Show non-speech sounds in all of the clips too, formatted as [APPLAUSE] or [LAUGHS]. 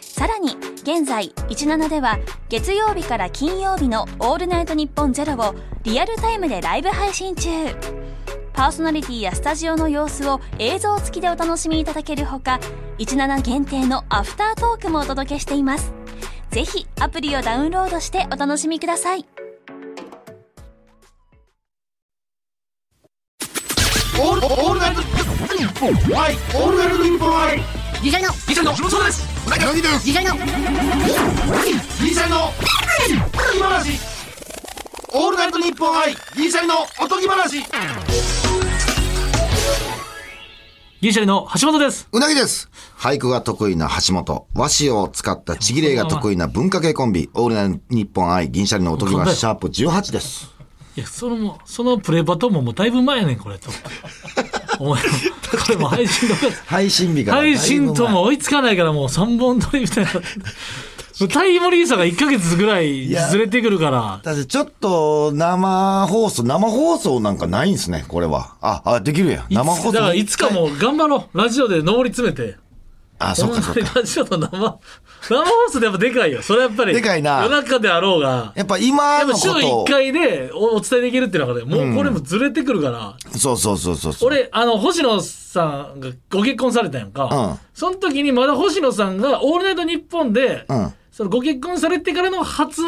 さらに現在17では月曜日から金曜日の「オールナイトニッポンゼロをリアルタイムでライブ配信中パーソナリティやスタジオの様子を映像付きでお楽しみいただけるほか17限定のアフタートークもお届けしていますぜひアプリをダウンロードしてお楽しみくださいオールオールナイトニッポンはいオールナイトニッポンはいギシャリのギシャリのそうです何ですギシャリのギシャリのおとぎ話オールナイトニッポンはいギシャリのおとぎ話ギリシャリの橋本です。うなぎです。俳句が得意な橋本、和紙を使ったちぎれが得意な文化系コンビ、オールナイトニッポン愛、銀シャリのおとぎ考えはシャープ18です。いや、そのも、そのプレバトももうだいぶ前やねん、これ [LAUGHS] と。お前も、これも配信とか、配信日からだいぶ配前。信とも追いつかないからもう3本撮りみたいな。タイムリー差が1ヶ月ぐらいずれてくるから。だってちょっと生放送、生放送なんかないんですね、これは。あ、あ、できるやん。いつ生放送。だからいつかもう頑張ろう。ラジオで上り詰めて。あ、そうかそうか。ラジオの生、生放送でやっぱでかいよ。それはやっぱり。でかいな夜中であろうが。やっぱ今やっぱのこ週と1を。回でおお伝えできるっていう中で、もうこれもずれてくるから。そうそうそうそうそう。俺あの星野さんがご結婚されたやんか、うんその時にまだ星野さんが「オールナイトニッポンで」うんそのご結婚されてからの初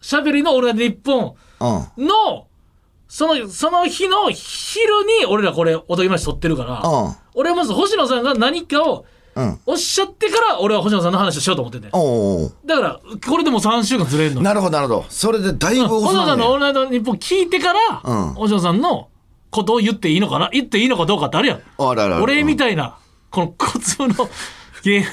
しゃべりの「オールナイトニッポうん。ンの」そのその日の昼に俺らこれおとぎ話撮ってるから、うん俺はまず星野さんが何かをうん。おっしゃってから俺は星野さんの話をしようと思ってておーだからこれでもう3週間ずれんのなるほど、なるほど。それでだいぶ遅星野さなんるの「オールナイトニッポン」聞いてから、うん星野さんのことを言っていいのかな言っていいのかどうかってあるやんあららら俺みたいな、この小粒の芸、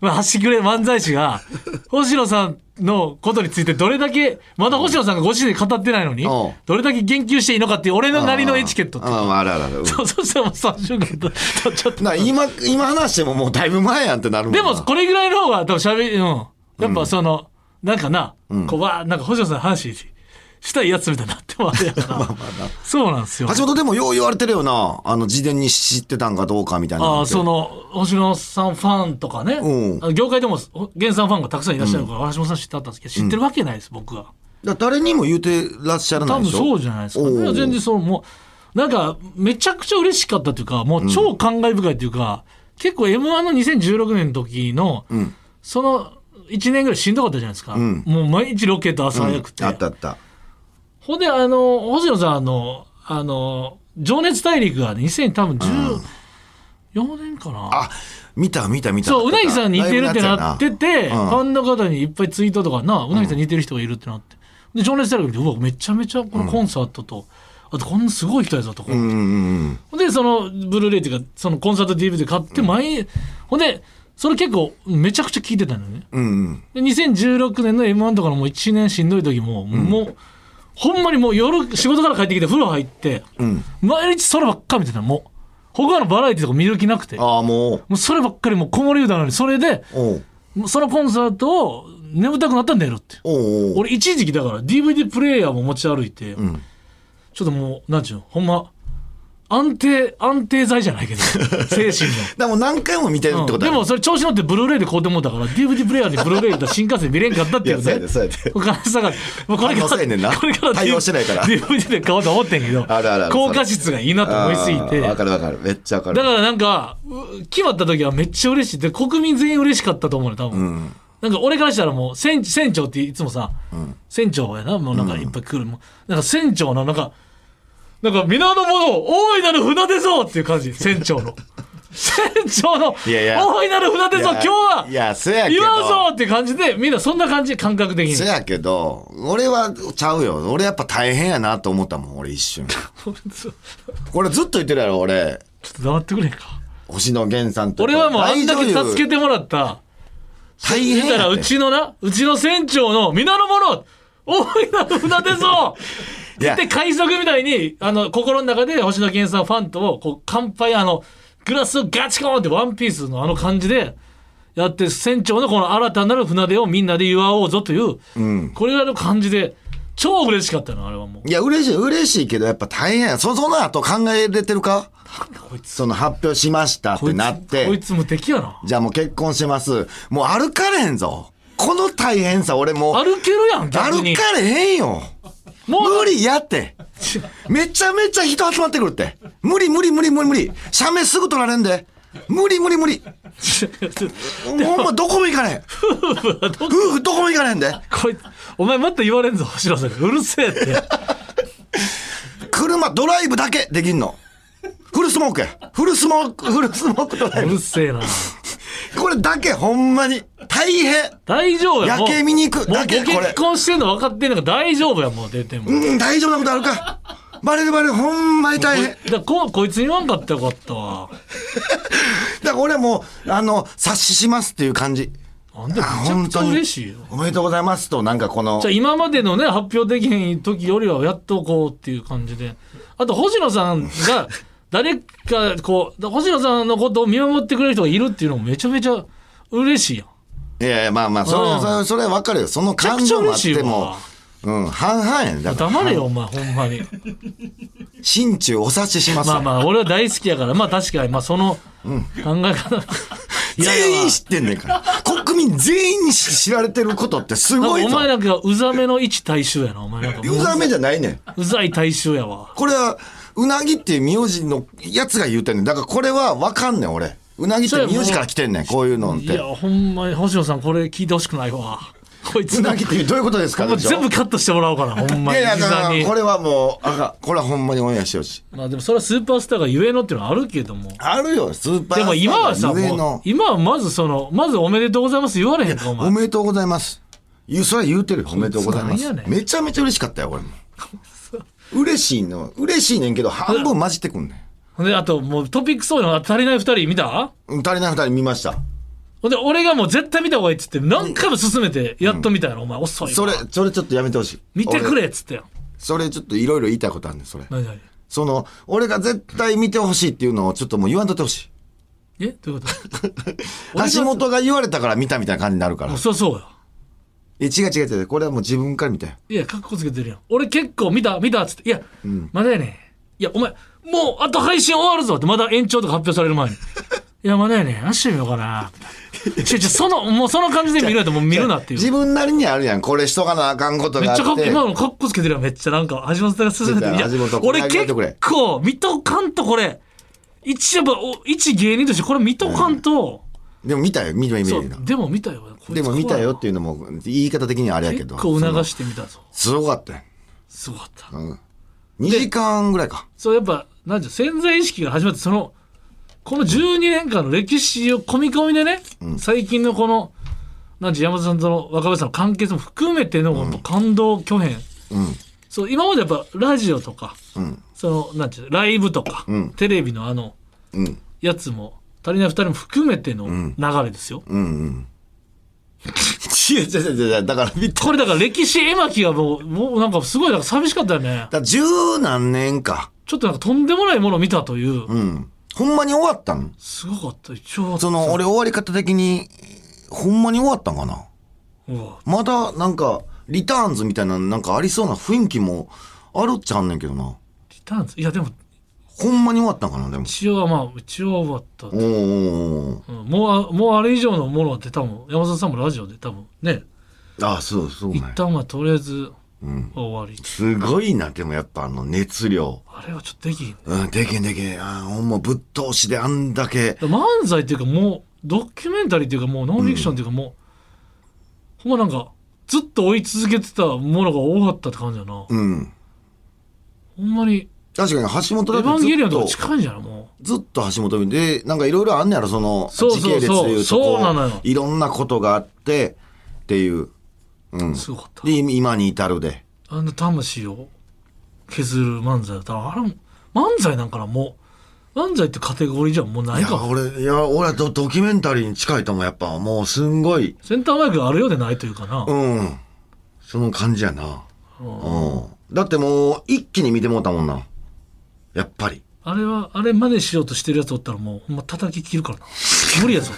まあ、端くれ漫才師が、星野さんのことについてどれだけ、まだ星野さんがご自身で語ってないのにうん、どれだけ言及していいのかっていう俺のなりのエチケットっていう。ああららら。う [LAUGHS] んそうそしたらもう30分経っちゃった。な今、今話してももうだいぶ前やんってなるもんなでも、これぐらいの方が多分喋り、うん。やっぱその、なんかな、こう、わーなんか星野さんの話したいやつみたいになってもあれや [LAUGHS] から。そうなんですよ。橋本でもよう言われてるよな。あの、事前に知ってたんかどうかみたいな。ああそ。の星野さんファンとかね、うんあの業界でもほ源さんファンがたくさんいらっしゃるから、橋本さん知ってあったんですけど知ってるわけないです、僕はだから誰にも言うてらっしゃらな多いで分しょそうじゃないですか、ね、おー全然そのもうなんかめちゃくちゃ嬉しかったというかもう超感慨深いというか、結構 m 1の2016年の時の、その1年ぐらいしんどかったじゃないですか、んもう毎日ロケと朝早くて、あったあった。ほんで、あの、星野さん、あの、あの、情熱大陸がね2000多分14年かな。あ、見た見た見た。そう、うなぎさん似てるってなってて、んファンの方にいっぱいツイートとかな、うなぎさん似てる人がいるってなって。で、情熱大陸見て、うわ、めちゃめちゃこのコンサートと、あとこんなすごい人やぞとか。うんうんほんで、その、ブルーレイっていうか、そのコンサート DV で買って、毎、ほんで、それ結構、めちゃくちゃ聞いてたのね。うん。うんうん。で、2016年の M1 とかのもう1年しんどい時も、もう、ほんまにもう夜、仕事から帰ってきて、風呂入って、毎日そればっか見てたのもう、他のバラエティとか見る気なくて。もああ、もう。うそればっかりもう子守歌なのに、それで、おうそのコンサートを眠たくなったら寝るって。おうおう俺一時期だから DVD プレイヤーも持ち歩いて、んちょっともう、なんちゅうの、ほんま、安定、安定剤じゃないけ [LAUGHS] ど、精神の。でも何回も見てるってうこんとでやろもそれ調子乗ってブルーレイで買うてもうたから DVD プレイヤーでブルーレイで新幹線見れんかったっていういやそうやねでそうやでお金下がるもうこ反応せえねんなこれから対応してないから DVD で買おうと思ってんけどあるあるある高価質がいいなと思いすぎてあーわだかかるわかる。めっちゃわかる。らなんかう決まった時はめっちゃ嬉しいで国民全員嬉しかったと思うね多分、なんか俺からしたらもう船船長っていつもさ、船長やなもうなんかいっぱい来る、もうなんか船長のなんかなんか皆の者を大いなる船出ぞっていう感じ船長の船長のいやいや大いなる船出ぞ今日はいや、せやけど。言わんぞっていう感じでみんなそんな感じ感覚的に [LAUGHS] せやけど、俺はちゃうよ。俺やっぱ大変やなと思ったもん、俺 [LAUGHS] 一瞬。ちょっこれずっと言ってるやろ、俺。と黙ってくれんか星野源さんと。俺はもうあんだけ助けて。てもらった大言変ったやらっうてちのなうちの船長の皆の者大いなる船出そういやで、海賊みたいに、あの、心の中で星野源さんファンと、こう、乾杯、あの、グラスをガチコーンってワンピースのあの感じで、やって、船長のこの新たなる船出をみんなで祝おうぞという、これぐらいの感じで、超嬉しかったの、あれはもう。いや、嬉しい、嬉しいけど、やっぱ大変や。そ、その後考えれてるかこいつ、その発表しましたっこいてつ、なっこいて。つ無敵やな。じゃあもう結婚します。もう歩かれへんぞ。この大変さ、俺もう。歩けるやん、逆歩に。かれへんよ。もう無理やって。めちゃめちゃ人集まってくるって。無理無理無理無理無理。写メすぐ取られんで。無理無理無理。ほんまどこも行かれへん。夫婦どこも行かれへんで。こいつ、お前また言われんぞ、星野さんに。うるせえって。車、ドライブだけできんの。フルスモークや。フルスモーク、フルスモークドライうブる。せえな。これだけほんまに。大変。大丈夫やもう夜景見に行くもうだけごこれ結婚してんの分かってんのか大丈夫やもう出ても。うん、大丈夫なことあるか。バレるバレる、ほんまに大変。だだからここいつに言わんかったらよかったわ。から俺はもう、あの、察ししますっていう感じ。なんでめあちゃ本くちゃ当に嬉しいよ。おめでとうございますと、なんかこのじゃあ。今までのね発表できへん時よりはやっとこうっていう感じであと星野さん [LAUGHS] が誰かこう星野さんのことを見守ってくれる人がいるっていうのもめちゃめちゃ嬉しいやんいやいや、まあまあ、それうは、んそれは、それはわかるよ。その感情もあってめちゃくちゃ嬉しいもわ、うん、半々やね。だから、黙れよお前ほんまに心中お察ししますまよ。あまあ俺は大好きやからまあ確かにまあその考え方、いやいや全員知ってんねんから。国民全員に知られてることってすなんごかいおぞ。前なんかうざめの一大衆やなお前なんかもううざめじゃないねん。うざい大衆やわこれは、うなぎっていう名字のやつが言うてんねん。だからこれはわかんねん、俺。うなぎって名字から来てんねん、こういうのっいてや。ほんまに星野さんこれ聞いてほしくないわこいつうなぎってどういうことですかもう全部いカットしてもらおうかな、ほんまに。やいや、だ膝からにこれはもう、あかんこれはほんまにオンエアしてほしい。まあでもそれはスーパースターがゆえのっていうのはあるけども。あるよ、スーパーでも今はスタさ、ーがゆえもうの、今はまずその、まずおめでとうございます言われへんか、おお前。めでとうございます。言う、それは言うてるよ。おめでとうございまいつなすんや。ねんめちゃめちゃ嬉しかったよ、俺も。嬉しいの、嬉しいねんけど、半分混じってくんねん。ほんで、あともうトピックそういうの足りない二人見たうん足りない二人見ました。ほんで、俺がもう絶対見た方がいいっつって、何回も勧めて、やっと見たやろ、お前。遅いわ。それ、それちょっとやめてほしい。見てく俺。れっつってよ。それちょっといろいろ言いたいことあるねん、それ。何何その、俺が絶対見てほしいっていうのをちょっともう言わんとってほしい。えどういうこと俺が橋本が言われたから見たみたいな感じになるからもう。そりゃそうよ。え、違う違う違う。これはもう自分から見たよ。いや、かっこつけてるやん。俺結構見た、見たっつって。いや、まだやねん。いや、お前、もうあと配信終わるぞって、まだ延長とか発表される [LAUGHS] 前に。いや、まだやねん。明日見ようかな。ちょ、ちょ、その、もうその感じで見るやともう見るなっていう。自分なりにあるやん。これしとかなあかんことめがっあっちゃて。かっこ、今のかっこつけてるやん。めっちゃなんか、橋本さんが進めてる。いや橋本、こ俺れ上げて結くれ構、見とかんとこれ、一応やっぱ、お一芸人としてこれ見とかんと、でも見たよ。見てみそるうな、。でも見たよ。こいつでも見たよっていうのも、言い方的にはあれやけ結ど。構その促してみたぞ。すごかったよ。すごかった。 2時間ぐらいか。そうやっぱなんていうの潜在意識が始まってそのこの12年間の歴史を込み込みでね、最近のこのなんていう山田さんとの若林さんの関係性も含めてのやっぱ感動巨編、そう今までやっぱラジオとか、そのなんていうのライブとか、テレビのあのうん。やつも足りない2人も含めての流れですよ、うんうん。 [LAUGHS] いや、違う違う違う。だから見た。これだから歴史絵巻がもうもうなんかすごいなんか寂しかったよねだから十何年か。ちょっとなんかとんでもないものを見たという、うん。ほんまに終わったんすごかった一応その、俺終わり方的に、ほんまに終わったんかなうわまだ、なんか、リターンズみたいな、なんかありそうな雰囲気もあるっちゃあんねんけどな。リターンズいやでもほんまに終わったんかなでも。一応はまあ一応は終わった、おーおーおーうんもうあもうあれ以上のものはって多分山里さんもラジオで多分ねあ、そうそうね一。旦はとりあえずうん。終わり、すごいな、でもやっぱあの熱量。あれはちょっとできひんうん、でけんでけん。あーほんまぶっ通しであんだけ。漫才っていうかもうドキュメンタリーっていうかもうノンフィクションっていうかもう、ほんまなんかずっと追い続けてたものが多かったって感じだな、うん。ほんまに確かに橋「エ本ヴァだっンてずゲリオっン」とかと、近いんじゃないもずっと橋本で、なんかいろいろあんねやろ、その、そうそう時系列でいうとそこうなのよいろんなことがあって、っていう。うんう。すごかったで、今に至るで。あの魂を削る漫才だったらあれも漫才なんかなもう漫才ってカテゴリーじゃもうないいや、か俺、いや、俺はドドキュメンタリーに近いと思う、やっぱ。もう、すんごい。センターマイクがあるようでないというかな、うん。その感じやな。うん。だってもう、一気に見てもうたもんな。やっぱり。あれは、あれ真似しようとしてるやつおったらもう、ほんま叩き切るからな。無理やぞ。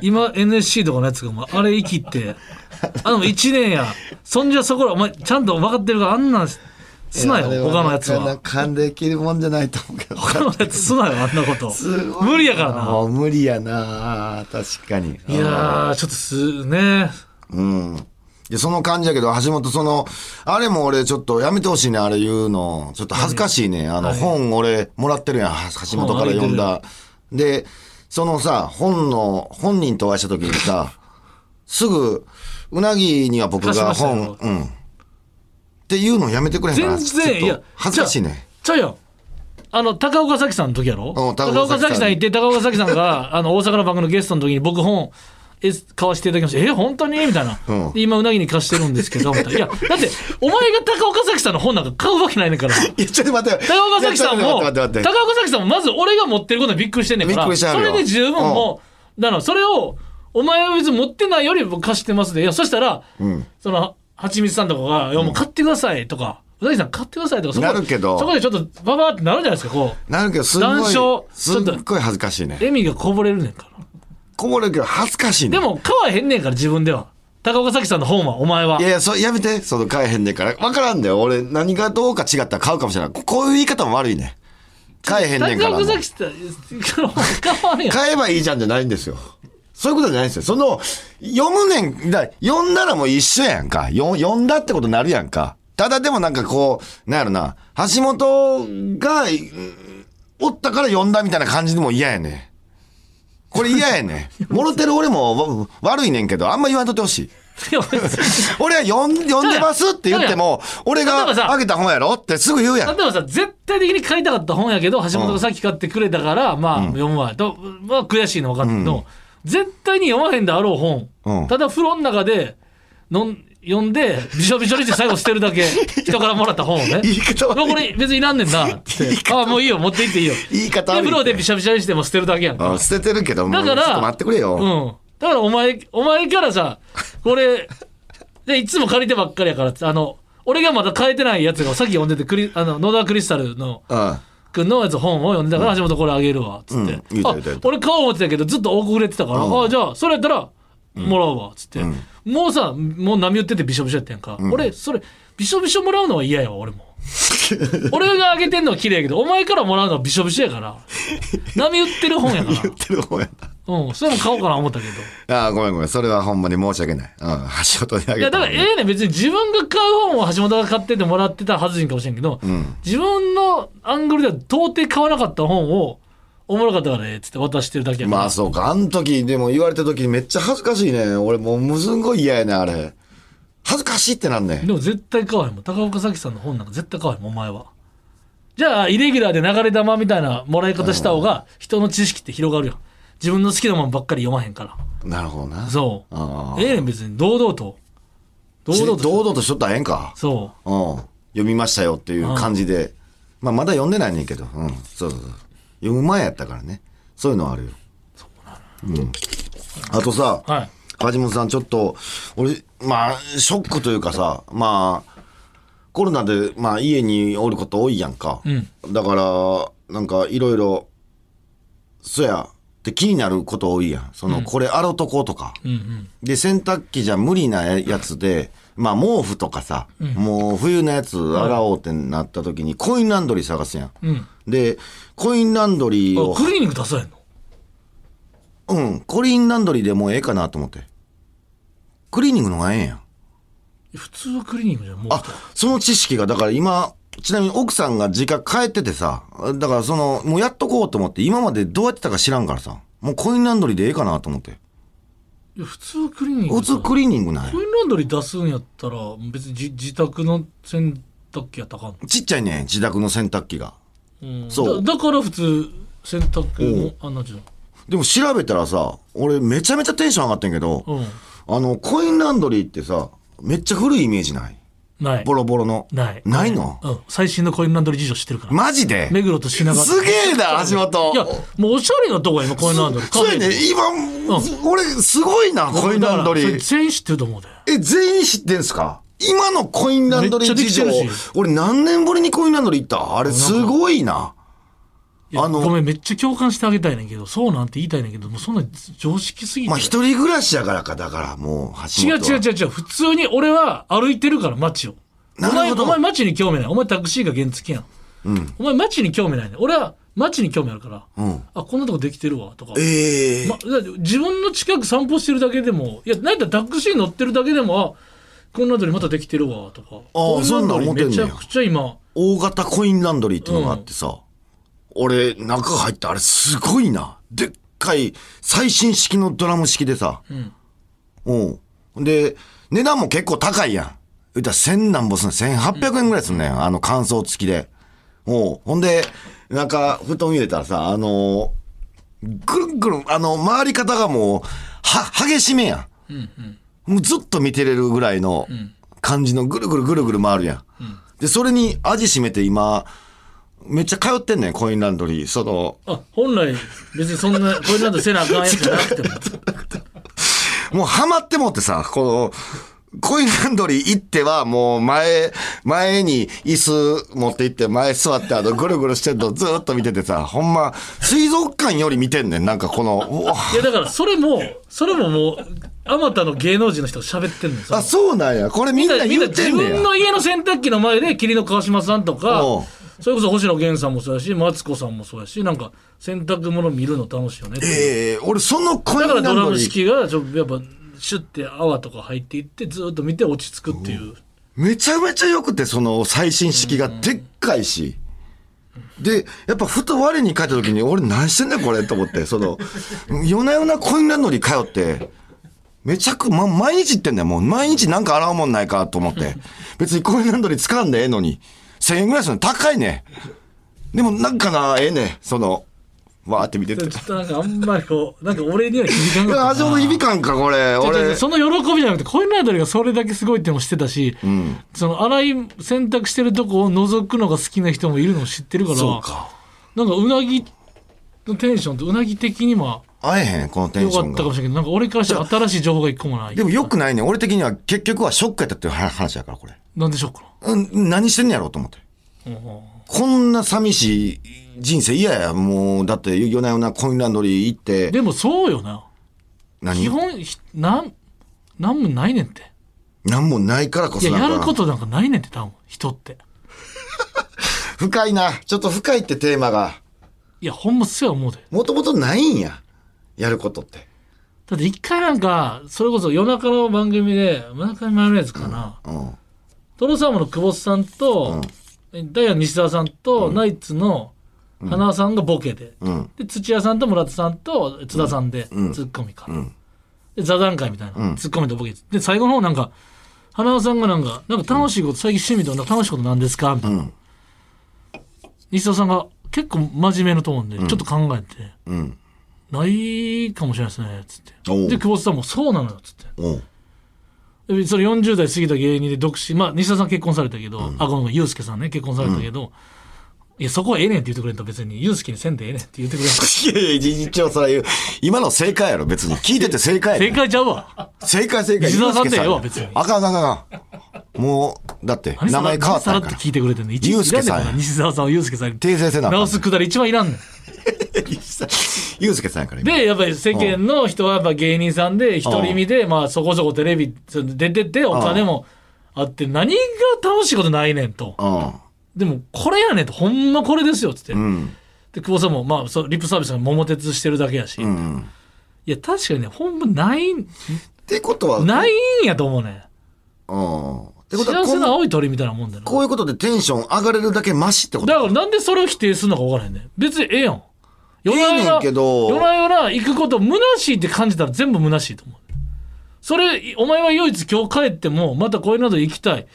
今 NSC とかのやつが、お前、あれ生きて、あ、でも1年や。そんじゃそこら、お前、ちゃんと分かってるから、あんなんすすなよ、他のやつは。勘できるもんじゃないと思うけど。他のやつすなよ、あんなこと。無理やからな。もう無理やな確かに。いやー、ちょっとす、ねうん。いや、その感じやけど、橋本、その、あれも俺、ちょっとやめてほしいね、あれ言うの。ちょっと恥ずかしいね。あの、本俺、もらってるやん、橋本から読んだ。で、そのさ、本の、本人とお会いした時にさ、すぐ、うなぎには僕貸しがましたよ本、うん。っていうのやめてくれへんかな。全然、いちょっやと、恥ずかしいね。ちゃうやん。あの、高岡早紀さんの時やろうん高高岡岡早早紀紀ささんん行って、高岡早紀さんが、 [LAUGHS] あの、大阪の番組のゲストの時に僕本、え、買わせていただきました。え、本当にみたいな、うんで今、うなぎに貸してるんですけど、みたいな。いや、だって、お前が高岡早紀さんの本なんか買うわけないねんから。いや、ちょっと待って。高岡早紀さんいやちょも、っ高と待って待岡って待って。早紀さんも、まず俺が持ってることにびっくりしてんねんかびっくりら、してはそるよれで十分もう、だから、それを、お前は別に持ってないよりも貸してますで、いや、そしたら、その、はちみつさんとかが、いや、もう買ってくださいとか、うなぎさん買ってくださいとか、そこなるけどそこでちょっと、ババーってなるじゃないですか、こなるけど、すんごい、談笑ちょっとすっごい恥ずかしいねう、。笑みがこぼれるねんから。こぼれるけど、恥ずかしいでね。。も、買わへんねんから、自分では。高岡早紀さんの本は、お前はいやいや、それやめて、その買えへんねんから。わからんだよ。俺、何がどうか違ったら買うかもしれない。ここういう言い方も悪いね。買えへんねんか高ら岡。早紀さん、買わんやん。買えばいいじゃんじゃないんですよ。そういうことじゃないんですよ。その、読むねん、だ読んだらもう一緒やんか。よ読んだってことになるやんか。ただでもなんかこう、なんやろな、橋本が、うんおったから読んだみたいな感じでも嫌やねん。これ嫌やねん。もろてる俺もわ悪いねんけど、あんま言わんとってほしい。いや別に俺は読ん読んでますって言っても、俺があげた本やろってすぐ言うやん。例えばさ絶対的に買いたかった本やけど橋本がさっき買ってくれたから、まあ読むわと、まあ、悔しいの分かってんけど、絶対に読まへんであろう本、うんただ風呂の中でのん読んでびしょびしょにして最後捨てる [LAUGHS] だけ人からもらった本をね言い方悪もいうこれ別にいらんねんなってああもういいよ持って行っていいよ言いで方悪いね風呂でびしょびしょにしても捨てるだけやんかあ捨ててるけど、もだうちょかっらと待ってくれよ。うん。だからお前、お前からさ、こ [LAUGHS] れ、で、いつも借りてばっかりやから、あの、俺がまだ変えてないやつがさっき読んでてクリ、あの、野田クリスタルの、うんくんのやつ本を読んでたから、橋本これあげるわ、つって。うん言うた言うた言うあた俺顔持ってたけど、ずっと遅れてたから、あ、じゃあ、それやったら、もらうわ、つって。もうさ、もう波打っててびしょびしょやったやんか。俺、それ、びしょびしょもらうのは嫌やわ、 [LAUGHS] 俺も。俺があげてんのは綺麗やけど、お前からもらうのはびしょびしょやから。波打ってる本やか言ってる方やら。うん、それも買おうかな思 [LAUGHS] ったけど。な。あーごめんごめん。それはほんまに申し訳ない。うん。橋本にいあやげだかたのらに。ええねん別に自分が買う本を橋本が買っててもらってたら外人かもしれんけど、自分のアングルでは到底買わなかった本をおもろかったからええっつって渡してるだけやから、まあそうか。あの時、でも言われた時めっちゃ恥ずかしいね。俺もうむずんごい嫌やね、あれ。恥ずかしいってなんねん。でも絶対買わへんもん高岡早紀さんの本なんか絶対買わへんもんお前はじゃあイレギュラーで流れ玉みたいなもらい方した方が人の知識って広がるやん自分の好きなもんばっかり読まへんからなるほどな。そあうええねん別に堂々と堂堂々と々堂々としとったらええんか。そううん。読みましたよっていう感じで。まあまだ読んでないねんけど。うん。そうそうそう。読む前やったからね。そういうのはあるよ。うん。あとさ、はい梶本さんちょっと、俺、まあ、ショックというかさ、まあ、コロナで、まあ、家におること多いやんか。だから、なんか、いろいろ、そや、って気になること多いやん。その、これ洗うとこうとか。で、洗濯機じゃ無理なやつで、まあ、毛布とかさ、もう冬のやつ洗おうってなった時に、コインランドリー探すやん。で、コインランドリーあ、をクリーニング出さへんのうん、コインランドリーでもうええかなと思って。クリーニングの方がええんやん。普通はクリーニングじゃんもうあ、その知識が、だから今、ちなみに奥さんが実家帰っててさ、だからその、もうやっとこうと思って、今までどうやってたか知らんからさ、もうコインランドリーでええかなと思って。いや普通はクリーニング普さ通クリーニングないコ。インランドリー出すんやったら別にじ自宅の洗濯機やったらあかんちっちゃいね、自宅の洗濯機が。の、うんそうだだから普通洗濯もあんなじゃんでも調べたらさ、俺めちゃめちゃテンション上がってんけど、うんあの、コインランドリーってさ、めっちゃ古いイメージない。ないボロボロの。ないないのうん、最新のコインランドリー事情知ってるから、マジで目黒と品川すげえな、橋本。いやもうおしゃれなとこや今コインランドリーそうやねカフェ、今、俺、すごいな、コインランドリだからそれー。全員知ってると思うでえ、全員知ってんすか今のコインランドリーめっ事ちゃ情できてるし、俺何年ぶりにコインランドリー行ったあれ、すごいな。いやあのごめんめっちゃ共感してあげたいねんけどそうなんて言いたいねんけどもうそんな常識すぎて、まあ、一人暮らしやからか、だから、もう、橋違う本は。違う違う違う普通に俺は歩いてるから街をなるほどお前お前街に興味ないお前タクシーが原付やん、お前街に興味ないね俺は街に興味あるから、んあこんなとこできてるわとか、ええま、だって自分の近く散歩してるだけでもいやなんだタクシー乗ってるだけでもあこんなとこにまたできてるわとかこそんなん思ってんねめやちゃくちゃ今大型コインランドリーっていうのがあってさ、俺中入ったあれすごいなでっかい最新式のドラム式でさ、うん、で値段も結構高いやん言ったら千何本すんねん1800円ぐらいすんねん、あの乾燥付きでおうほんでなんか布団入れたらさあのーぐるんぐるんあの回り方がもうは激しめやんもうずっと見てれるぐらいの感じのぐるぐるぐるぐる回るやん。で、それに味しめて今、めっちゃ通ってんねん、コインランドリー。その、あ本来別にそんなこれなんてせなあかんやつじゃなくてももうハマってもってさ、この、コインランドリー行ってはもう前、前に椅子持って行って前座ってあのぐるぐるしてんのずーっと見ててさ、ほんま、水族館より見てんねん、なんかこの、うわいやだからそれもそれももうあまたの芸能人の人が喋ってんのよそのあ、そうなんや。これみんなみん言なっ自てんねんや分。の家の洗濯機の前で霧の川島さんとかうんそれこそ星野源さんもそうやしマツコさんもそうやしなんか洗濯物見るの楽しいよねっていうええ俺そのコイだンかラらドンドリー。ラム式がちょっとやっぱシュッて泡とか入っていってずーっと見て落ち着くっていうめちゃめちゃ良くて、その最新式がでっかいし。で、やっぱふと我に帰った時に、俺何してんだよこれと思って、その、夜な夜なコインランドリー通って、めちゃく、ま、毎日行ってんだよ、もう。毎日なんか洗うもんないかと思って。別にコインランドリー使うんでええのに。1000円ぐらいするの高いね。でもなんかな、ええね。その、わーって見てちて。ょっとなんかあんまり [LAUGHS] こうなんか俺には響かんいかったや、な味ほど響かんか、これ。違う違俺う。その喜びじゃなくてコインランドリーがそれだけすごいっていうのも知ってたし、その洗い洗濯してるとこを覗くのが好きな人もいるのも知ってるからそうか。なんかうなぎのテンションってうなぎ的には会えへん、このテ良ンシかョっンたがか。もしれないけどなんか俺からしたら新しい情報が一個もないでも良くないね。俺的には結局はショックやったっていう話やから、これ。なんでしょうかうん、何してんねやろうと思って。こんな寂しい人生嫌や。もう、だって夜な夜なコインランドリー行って、でもそうよな何基本ひなんなんもないねんって何もないからこいそやなやるんこか、となんかないねんって多分人って深いな。ちょっと深いってテーマが、いやほんまそうや思うでもともとないんや。やることって。だって一回なんかそれこそ夜中の番組で村上マヨネーズかな、うん。トロサーモンの久保さんと、ダイヤの西澤さんと、ナイツの花輪さんがボケで、うん。で土屋さんと村田さんと津田さんで、ツッコミから、で座談会みたいな、ツッコミとボケで最後の方なんか花輪さんがなんか「なんか楽しいこと、最近趣味とか楽しいことなんですか?」みたいな、うん西澤さんが結構真面目なと思うんで、ちょっと考えてうん。 「ないかもしれないですね」つっておうで久保さんも「そうなのよ」つっておうでそれ40代過ぎた芸人で独身まあ西田さん結婚されたけど、あごめんユースケさんね結婚されたけど、いやそこはええねんって言ってくれんと別にユースケにせんでええねんって言ってくれんと [LAUGHS] いやいや、一応それ言う。今の正解やろ、別に。聞いてて正解や正ね。解ちゃうわ正解正解。西澤さんでええわユースケ別にあかんあかんあかん。もう、だって、名前変わったさらんっやとから。聞いてくれてんねん一ユースケさんいらねから西澤さんをユースケさんに訂正せなあかん直すくだり一番いらんねんゆうすけさんやから今でやっぱり世間の人はやっぱ芸人さんで独り身で、まあそこそこテレビその出ててお金もあって何が楽しいことないねんとでもこれやねんとほんまこれですよっつって、うんうんで久保さんも、まあ、そリップサービスが桃鉄してるだけやし、うんっいや確かにねほんまないんてことはないんやと思うねうんってことは幸こせなん青い鳥みたいなもんだよなこういうことでテンション上がれるだけマシってことだからなんでそれを否定するのか分からへんねん別にええやん夜なええ夜ねなんけど夜な夜な行くこと虚しいって感じたら全部虚しいと思うそれお前は唯一今日帰ってもまたこれなど行きたい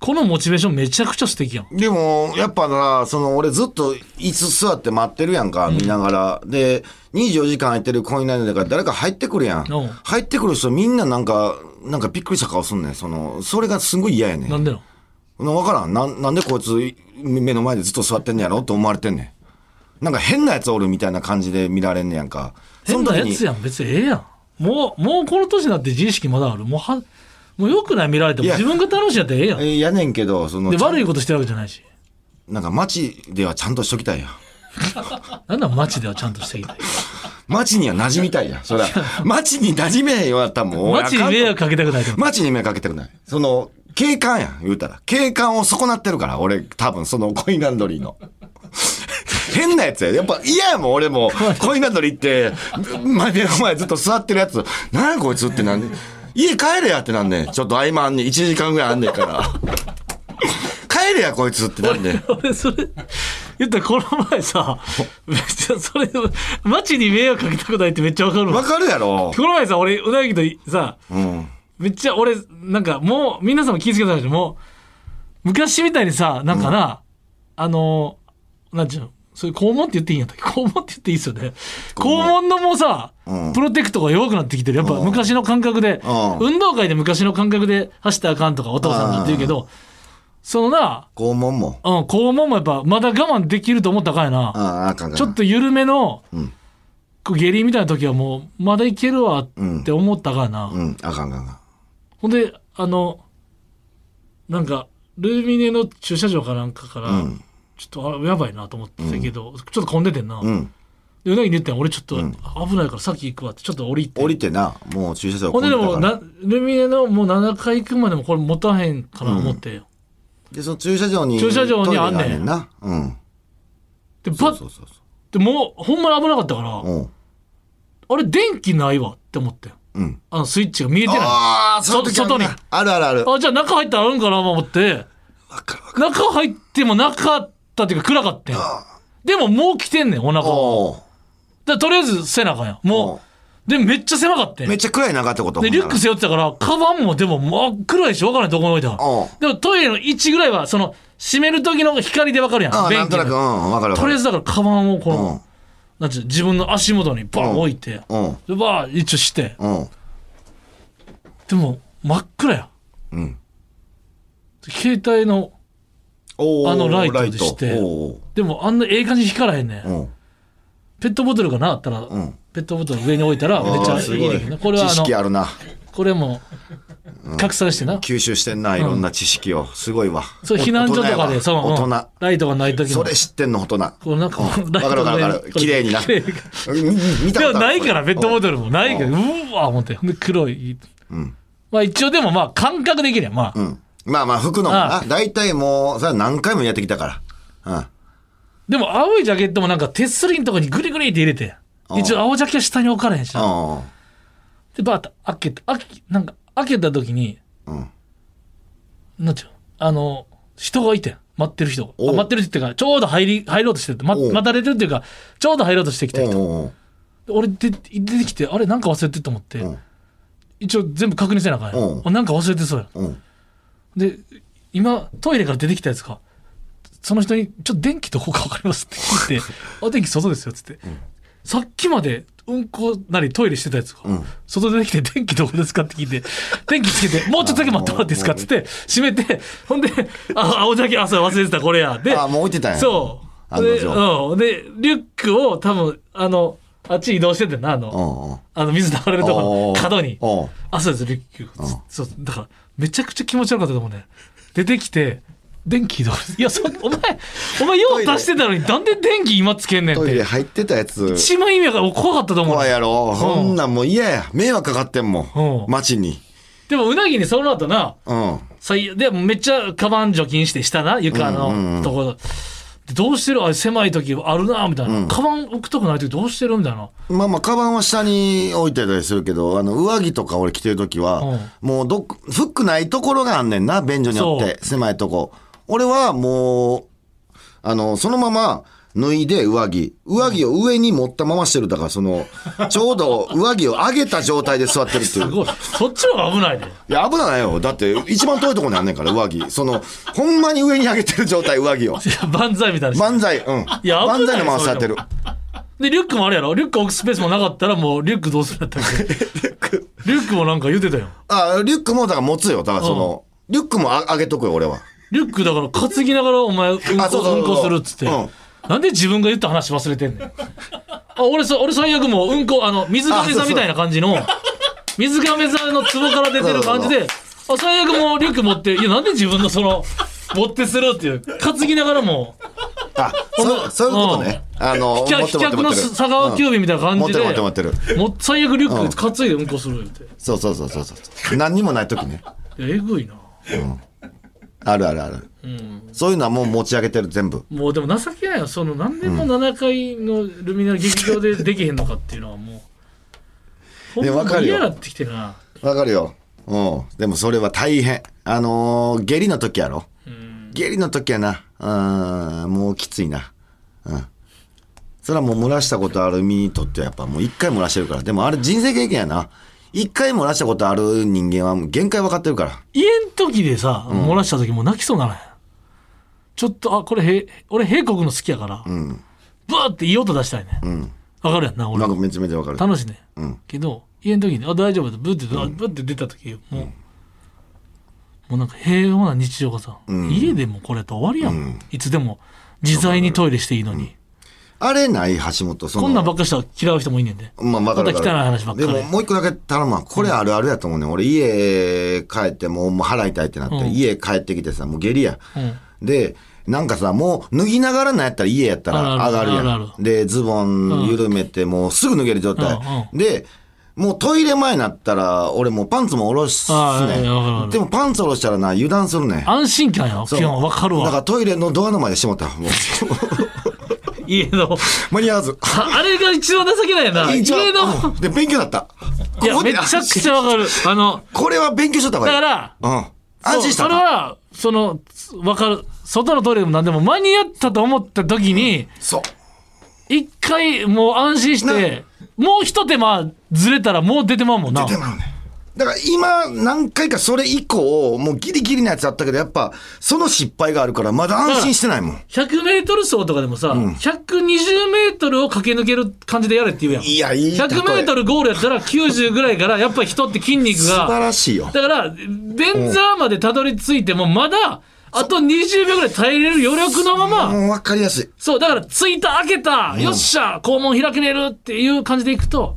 このモチベーションめちゃくちゃ素敵やんでもやっぱなその俺ずっと椅子座って待ってるやんか見ながら、で24時間空いてるコインランドリーだから誰か入ってくるやん、うん入ってくる人みんななんかなんかびっくりした顔すんねんそのそれがすごい嫌やねんなんでの分からんなんなんでこいつ目の前でずっと座ってんねやろと思われてんねんなんか変なやつおるみたいな感じで見られんねやんか変なやつその時にやん別にええやんもうもうこの年になって自意識まだあるもうはもうよくない見られてもいや自分が楽しいやったらええやんえーやねんけどそのでちゃん悪いことしてるわけじゃないしなんか街ではちゃんとしときたいやんなんだ街ではちゃんとしていきたい街には馴染みたい [LAUGHS] やんそりゃ街に馴染めへんよやったらもう街に迷迷惑かけたくないと [LAUGHS] 思う街に迷惑かけてくないその景観やん言うたら景観を損なってるから俺多分そのコインランドリーの [LAUGHS] 変なやつややっぱ嫌やもん俺もコインランドリーって前目の前ずっと座ってるやつ何やこいつってなんで家帰れやってなんねんちょっと合間あんねん1時間ぐらいあんねんから [LAUGHS] 帰れやこいつってなんねん俺それ言ったらこの前 [LAUGHS] さめっちゃそれ街に迷惑かけたくないってめっちゃわかるわわかるやろこの前さ俺うなぎとさうんめっちゃ俺なんかもう皆さんも気づけたんでしょもう昔みたいにさなんかな、あのなんちゅうのそれ肛門って言っていいんやったっけ肛門って言っていいっすよね肛門のもうさ、うんプロテクトが弱くなってきてるやっぱ昔の感覚で、うん運動会で昔の感覚で走ったらあかんとかお父さんが言ってるけどそのな、肛門もうん、肛門もやっぱまだ我慢できると思ったらあかんやなあああかんかちょっと緩めの、んこう下痢みたいな時はもうまだいけるわって思ったからな、うんあかんあかんあかんほんで、あの、なんか、ルミネの駐車場かなんかから、うんちょっとあやばいなと思ってたけど、ちょっと混んでてんな。うんで、うなぎに言ってん俺ちょっと危ないから先行くわって、ちょっと降りて。降りてなもう駐車場ほん混でんででたもからな、ルミネのもう7階行くまでもこれ持たへんかな思って。で、その駐車場に。駐車場にトイレがあんねんな。うん。で、パそッうそうそうそて、もう、ほんまに危なかったから、う。うん。あれ、電気ないわって思ってん。うん。あの、スイッチが見えてない。あああ、その時ある外になあるあるある。じゃあ中入ったらあるんかなと思って、わかるわかる。中入ってもなかったっていうか暗かったんでももう来てんねん、お腹は。おお。だからとりあえず背中やんうんもうでめっちゃ狭かったんめっでちゃ暗い中ってことリュック背負ってたからカバンもでも真っ暗いし分からないどこに置いたかうんでもトイレの位置ぐらいはその閉める時の光で分かるやんああ、な便ん器となく、うのん、わかるわかる。とりあえずだからカバンをこの、うんなんていうの自分の足元にバン置いて、うん。でバー一応してうん。でも真っ暗やうん。ん携帯のおお。あのライトでしておーでもあんなええ感じに光らへんねん、うん。ペットボトルかなあったら、んペットボトルの上に置いたらめっちあゃーいすいごねんいけどな。これは知あ識あのるな。これも拡散してな、吸収してんな、いろんな知識を。すごいわ。そう、避難所とか大で、人そやわの、うん大ライトがない時人。の。それ知ってんの、大人。こうなんか、ライトわかるわかるわかる。綺麗にな。でうん見たことあるもないから、ペットボトルもないから、ううんわー思って。で、黒い。んまあ一応でもまあ感覚できるやん。まあ、うん。まあまあ、服のもあな。大体もう、それは何回もやってきたから。うん。でも青いジャケットもなんか手すりのとこにグリグリって入れて。ん一応青ジャケは下に置かれへんしな。あで、バーッと開けて、開け、なんか開けた時に、あ。うん。なんちゅうのあの、人がいてん。待ってる人が。おあう待ってるっていうか、ちょうど入り、入ろうとしてる。ま、おう待たれてるっていうか、ちょうど入ろうとしてきた人。おうで俺で出てきてあれなんか忘れてると思って、うん一応全部確認せなあかんやうんん、あなんか忘れてそうやおううん。で今トイレから出てきたやつがその人に「ちょっと電気どこか分かります」って [LAUGHS] 聞いて「あ電気外ですよ」っつって、さっきまでうんこなりトイレしてたやつが、外出てきて「電気どこですか?」って聞いて「電気つけてもうちょっとだけ待ってもらっていいですか?」っつって閉めてほんで「あ青酒あそれ忘れてたこれや」であもう置いてたんやそう案ので,、定うん、でリュックを多分あのあっち移動しててんなあの、おうあの水流れるとこおーの角に。おうあ、そうです、リュック。そう、だから、めちゃくちゃ気持ち悪かったと思うね。出てきて、電気移動いや、そ、お [LAUGHS] 前、お前よう足してたのに、なんで電気今つけんねんっトイレて。入ってたやつ。一番意味が怖かったと思う怖いね。やろ。そんなんもう嫌や。迷惑かかってんも。うんん街に。でも、うなぎにその後な、うん。最悪で、めっちゃカバン除菌して、下な、床のところ。でどうしてるあれ狭い時あるなみたいな、カバン置くとこない時どうしてるみたいなまあまあ、カバンは下に置いてたりするけど、あの、上着とか俺着てるときうはん、もうどっ、フックないところがあんねんな、便所によって、狭いとこ。俺はもう、あの、そのまま脱いで上着。上着を上に持ったまましてる。だから、[LAUGHS] その、ちょうど上着を上げた状態で座ってるっていうす。ごいそっちの方が危ないでいや、危ないよ。だって、一番遠いところにあんねんから、上着。その、ほんまに上に上げてる状態、上着を。いや万歳みたいな万歳、うん。いや危ない万歳のまま座ってる。で、リュックもあるやろリュック置くスペースもなかったらもうリュックどうするんだったっ [LAUGHS] けリュック。もなんか言ってたよ。あ、リュックも、だから持つよ。だから、その、リュックもあ上げとくよ、俺は。リュックだから担ぎながらお前うんこあそうそうそううんこするっつって、うんなんで自分が言った話忘れてんねんあ俺さ俺最悪もううんこあの水亀座みたいな感じの水亀座の壺から出てる感じであ最悪もうリュック持っていやなんで自分のその持ってするっていう担ぎながらもあ、そう、そういうことね。あの、飛持脚っ飛てる持って脚るの佐川急便みたいな感持っじてで、る持ってる持ってる。もう最悪リュック担いでうんこするって、そうそうそうそうそう。何にもない時ね。いやえぐいなあるあるある。そういうのはもう持ち上げてる全部。もうでも情けないよその何でも7階のルミナ劇場でできへんのかっていうのは [LAUGHS] もういやわほんかまるよ嫌なってきてなわかるよ。うん。でもそれは大変。あのー、下痢の時やろ。下痢の時やな。うん、もうきついな。うん。それはもう漏らしたことある身にとってはやっぱもう一回漏らしてるから。でもあれ人生経験やな。一回漏らしたことある人間はもう限界分かってるから。家ん時でさ漏らした時もう泣きそうなのよちょっとあこれへ俺平国の好きやから、ブワーっていい音出したいねわ、かるやんなな俺んかめちゃめちゃ分かる。楽しいね、んけど家ん時にあ大丈夫だブーってあブーって出た時もう、もうなんか平和な日常がさ、家でもこれと終わりやん、いつでも自在にトイレしていいのに、あれない橋本。そのこんなんばっかしたら嫌う人もいんねんで。まあ、まだまた汚い話ばっかりでも、もう一個だけ頼むわ。これあるあるやと思うねん。俺、家帰って、もう、もう払いたいってなって、うん家帰ってきてさ、もう下痢や。うで、なんかさ、もう、脱ぎながらなんやったら、家やったらあ上るがあるるやん。あるあるあで、ズボン緩めて、もうすぐ脱げる状態。うで、もうトイレ前になったら、俺もうパンツも下ろすあねいやわかるわかん。るでもパンツ下ろしたらな、油断するねん。安心感やわ、そう基本わかるだかわ。らトイレのドアの前でしもった。もう、家の。間に合わず。ああれが一番情けないよな。一応家の。で、勉強だった。いや、ここでめちゃくちゃわかる。あの、これは勉強しとった方だがいかい。ら、うん。安心したそうそれは、その、わかる。外のトイレでも何でも間に合ったと思った時に、そう。一回もう安心して、もう一手間ずれたらもう出てまうもんな。出てまうね。だから今何回かそれ以降、もうギリギリなやつあったけど、やっぱその失敗があるから、まだ安心してないもん。 100メートル走とかでもさ、120メートルを駆け抜ける感じでやれって言うやん。いや、いい例え。 100メートルゴールやったら90ぐらいから、やっぱり人って筋肉素晴が。らしいよ。だから、便座までたどり着いても、まだ、あと20秒ぐらい耐えれる余力のまま、もう分かりやすい。そう、だから、着いた、開けた、よっしゃ、肛門開けれるっていう感じでいくと、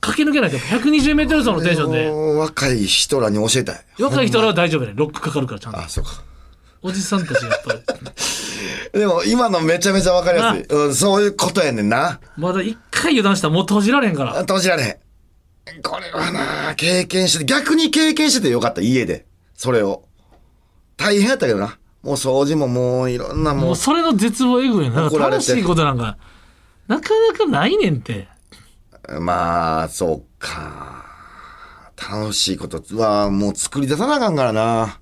駆け抜けないと、120メートル走のテンションで、もう若い人らに教えたい。若い人らは大丈夫やね。ロックかかるから、ちゃんと。あ、そうか。おじさんたちやっぱり、でも今のめちゃめちゃ分かりやすい。うん、そういうことやねんな。まだ一回油断したらもう閉じられへんから。閉じられへん。これはな、経験して、逆に経験しててよかった、家で。それを。大変やったけどな。もう掃除ももういろんなももうう、それの絶望えぐいよね。なん怒かられ楽てしいことなんか、なかなかないねんって。まあ、そうか。楽しいことはもう作り出さなあかんからな。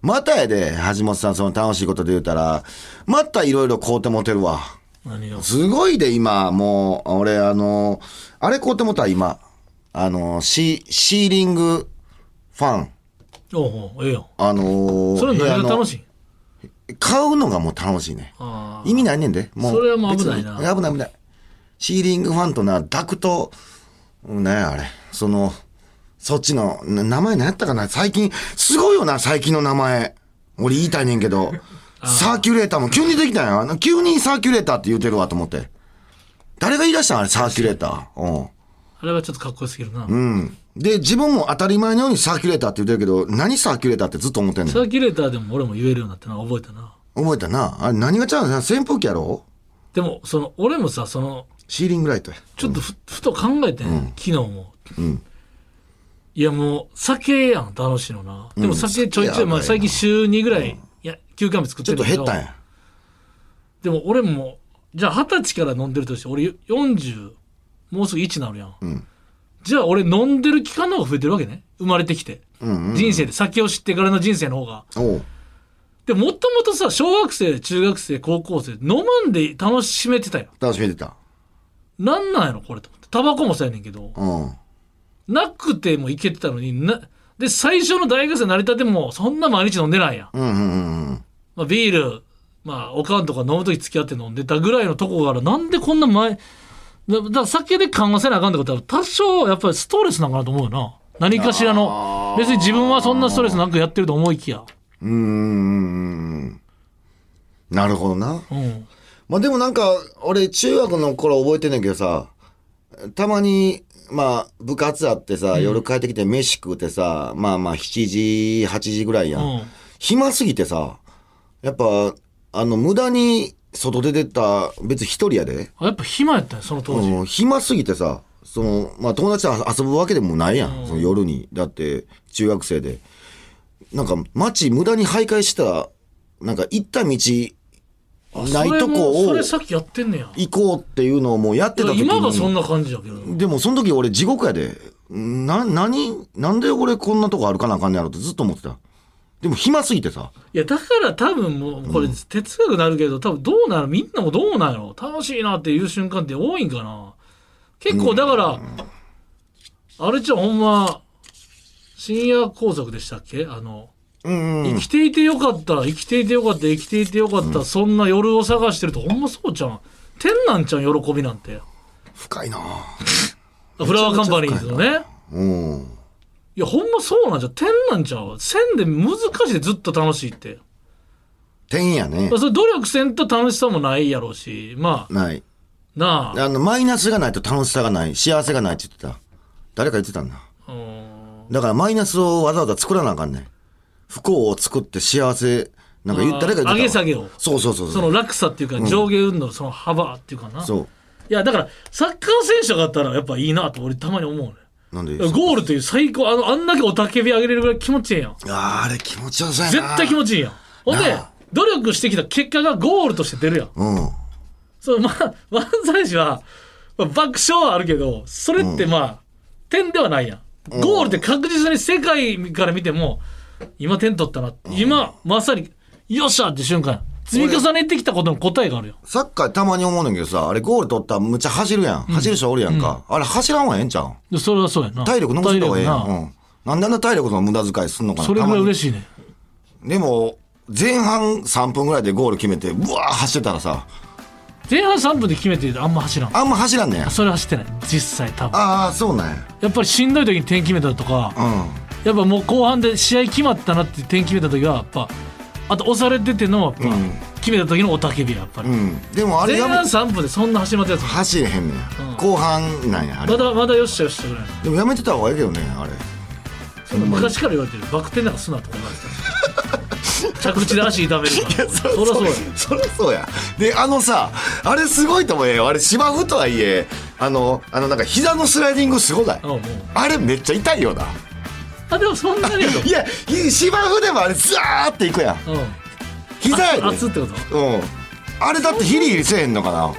またやで、橋本さん、その楽しいことで言うたら、またいろいろ買うてもてるわ。何が。すごいで、今、もう、俺、あの、あれ買うてもた、今。あの、シシーリングファン。おうおうええよ。あのそれ部屋何がの楽しい買うのがもう楽しいね。あ意味ないねんで。もう。それはもう危ないな別に危ない危ない。シーリングファンとな、ダクト、うんなんやあれ。その、そっちの、な名前何やったかな最近、すごいよな、最近の名前。俺言いたいねん [LAUGHS] けど。サーキュレーターも急にできたんやあの。急にサーキュレーターって言うてるわと思って。誰が言い出したんあれ、サーキュレーター。うん。ああれはちょっとかっこよすぎるな、うん。で、自分も当たり前のようにサーキュレーターって言ってるけど、何サーキュレーターってずっと思ってんのサーキュレーターでも俺も言えるようになったな覚えたな覚えたな。あれ何がちゃうの扇風機やろでもその俺もさそのシーリングライトや。ちょっとふ,、ふと考えてん、昨日も、いやもう酒やん楽しいのなでも酒ちょいちょい、うんまあ、最酒やばいな近週2ぐらい,、いや休館日作っちてるょっとけど減ったんや。でも俺もじゃあ二十歳から飲んでるとして俺40もうすぐ1なるやん、じゃあ俺飲んでる期間の方が増えてるわけね生まれてきて、人生で酒を知ってからの人生の方がおうでもともとさ小学生中学生高校生飲まんで楽しめてたよ楽しみに出た。なんなんやろこれと思ってタバコもそうやねんけどうん。なくてもいけてたのになで最初の大学生成り立てもそんな毎日飲んでないやん、うんうんうんうん。まあ、ビールまあおかんとか飲む時付き合って飲んでたぐらいのとこからなんでこんな前だだから酒で緩和せなあかんってことは多少やっぱりストレスなんかなと思うよな何かしらの別に自分はそんなストレスなくやってると思いきやうーん。なるほどな。うん。まあでもなんか、俺中学の頃覚えてんねんけどさ、たまに、まあ部活あってさ、夜帰ってきて飯食うてさ、まあまあ7時、8時ぐらいやん。うん暇すぎてさ、やっぱ、あの、無駄に外出てった、別に一人やで。あやっぱ暇やったよ、その当時。うん暇すぎてさ、その、まあ友達と遊ぶわけでもないやん。その夜に。だって、中学生で。なんか街無駄に徘徊した、なんか行った道、ないとこを。それもそれさっきやってんねや。行こうっていうのをもうやってた時に今がそんな感じやけど。でもその時俺地獄やでな何なんで俺こんなとこ歩かなあかんねやろってずっと思ってたでも暇すぎてさいや、だから多分もう、これ哲学になるけど、多分どうなるみんなもどうなんやろ楽しいなっていう瞬間って多いんかな結構だから、あれじゃほんま、深夜拘束でしたっけあの、うん生きていてよかった、生きていてよかった、生きていてよかった、そんな夜を探してると、ほんまそうちゃん。天なんちゃん、喜びなんて。深いなああフラワーカンパニーズのね。うんいや、ほんまそうなんじゃん。天なんちゃう線で難しいでずっと楽しいって。点やねまあそれ努力せんと楽しさもないやろうし、まあ、ないなあ。あのマイナスがないと楽しさがない幸せがないって言ってた誰か言ってたんだうーんだからマイナスをわざわざ作らなあかんねん不幸を作って幸せなんか言あー誰か言ってたわ上げ下げをそうそうそうそそのう落差っていうか、上下運動のその幅っていうかな。いそや、だから、サッカー選手がだったらやっぱいいなと俺たまに思うね。うなんでゴールという最高、あの、あんだけおたけび上げれるぐらい気持ちいいやん。あーあれ気持ちよさやな絶対気持ちいいやん。ほんでなあ、努力してきた結果がゴールとして出るやん。うんそう、まあ、漫才師は、まあ爆笑はあるけど、それってまあ、点ではないやん。ゴールって確実に世界から見ても、今点取ったな、今、まさに、よっしゃって瞬間やん積み重ねてきたことの答えがあるよ。サッカーたまに思うねんけどさ、あれゴール取ったらむっちゃ走るやん。走る人おるやんか。あれ走らんわええんちゃうんでそれはそうやな。体力残しと方がええやん。体力なうん。なんであんな体力の無駄遣いすんのかな。それぐらい嬉い。しいね。でも、前半3分ぐらいでゴール決めて、うわー走ってたらさ、前半3分で決めてあんま走らん。あんま走らんねん。それ走ってない。実際多分。ああ、そうなんや。やっぱりしんどい時に点決めたとか、うやっぱもう後半で試合決まったなって点決めた時は、やっぱ、あと押されてての、やっぱ、決めた時の雄たけびや、やっぱり。ん。うん。でもあれ前や半め、 3分でそんな始まったやつも走れへんねうんん。後半なんや、あまれ。だまだよっしゃよっしゃぐらいでもやめてた方がええけどね、あれ。そんな昔から言われてるバク転なんかすなとか言われて [LAUGHS] た着地で足痛めるからそりゃそうやそりゃそうや。で、あのさ、あれすごいと思えよ。あれ芝生とはいえ、あの、あのなんか膝のスライディングすごないあ。もうあれめっちゃ痛いよな。あでもそんなにやといや、い芝生でもあれザーっていくやん。うん膝やで。あう熱んってこと。あれだってヒリヒリせえへんのかな。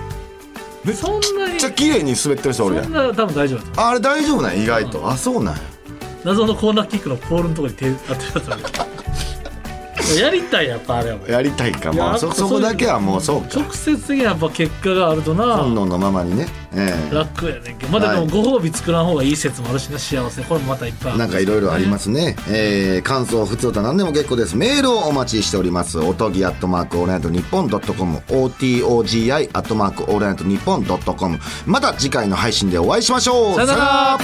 めっそんなにちゃ綺麗に滑ってる人おるやそんん。な多分大丈夫だとあれ大丈夫なん意外と。あ、そうなんや。謎のコーナーキックのポールのとこに手当てたやつやりたいやっぱあれはやりたいか。いやまあやそっぱそうそいうこだけはもうそうか。直接的なやっぱ結果があると本な能のままにね。え楽やねんけどまだでもご褒美作らん方がいい説もあるしな幸せこれもまたいっぱいあえ。るなんかいろいろありますね。えー、感想、普通歌何でも結構です。メールをお待ちしております。おとぎアットマークオールナイトニッポンドットコム、OTOGI アットマークオールナイトニッポンドットコム。また次回の配信でお会いしましょう。さよなら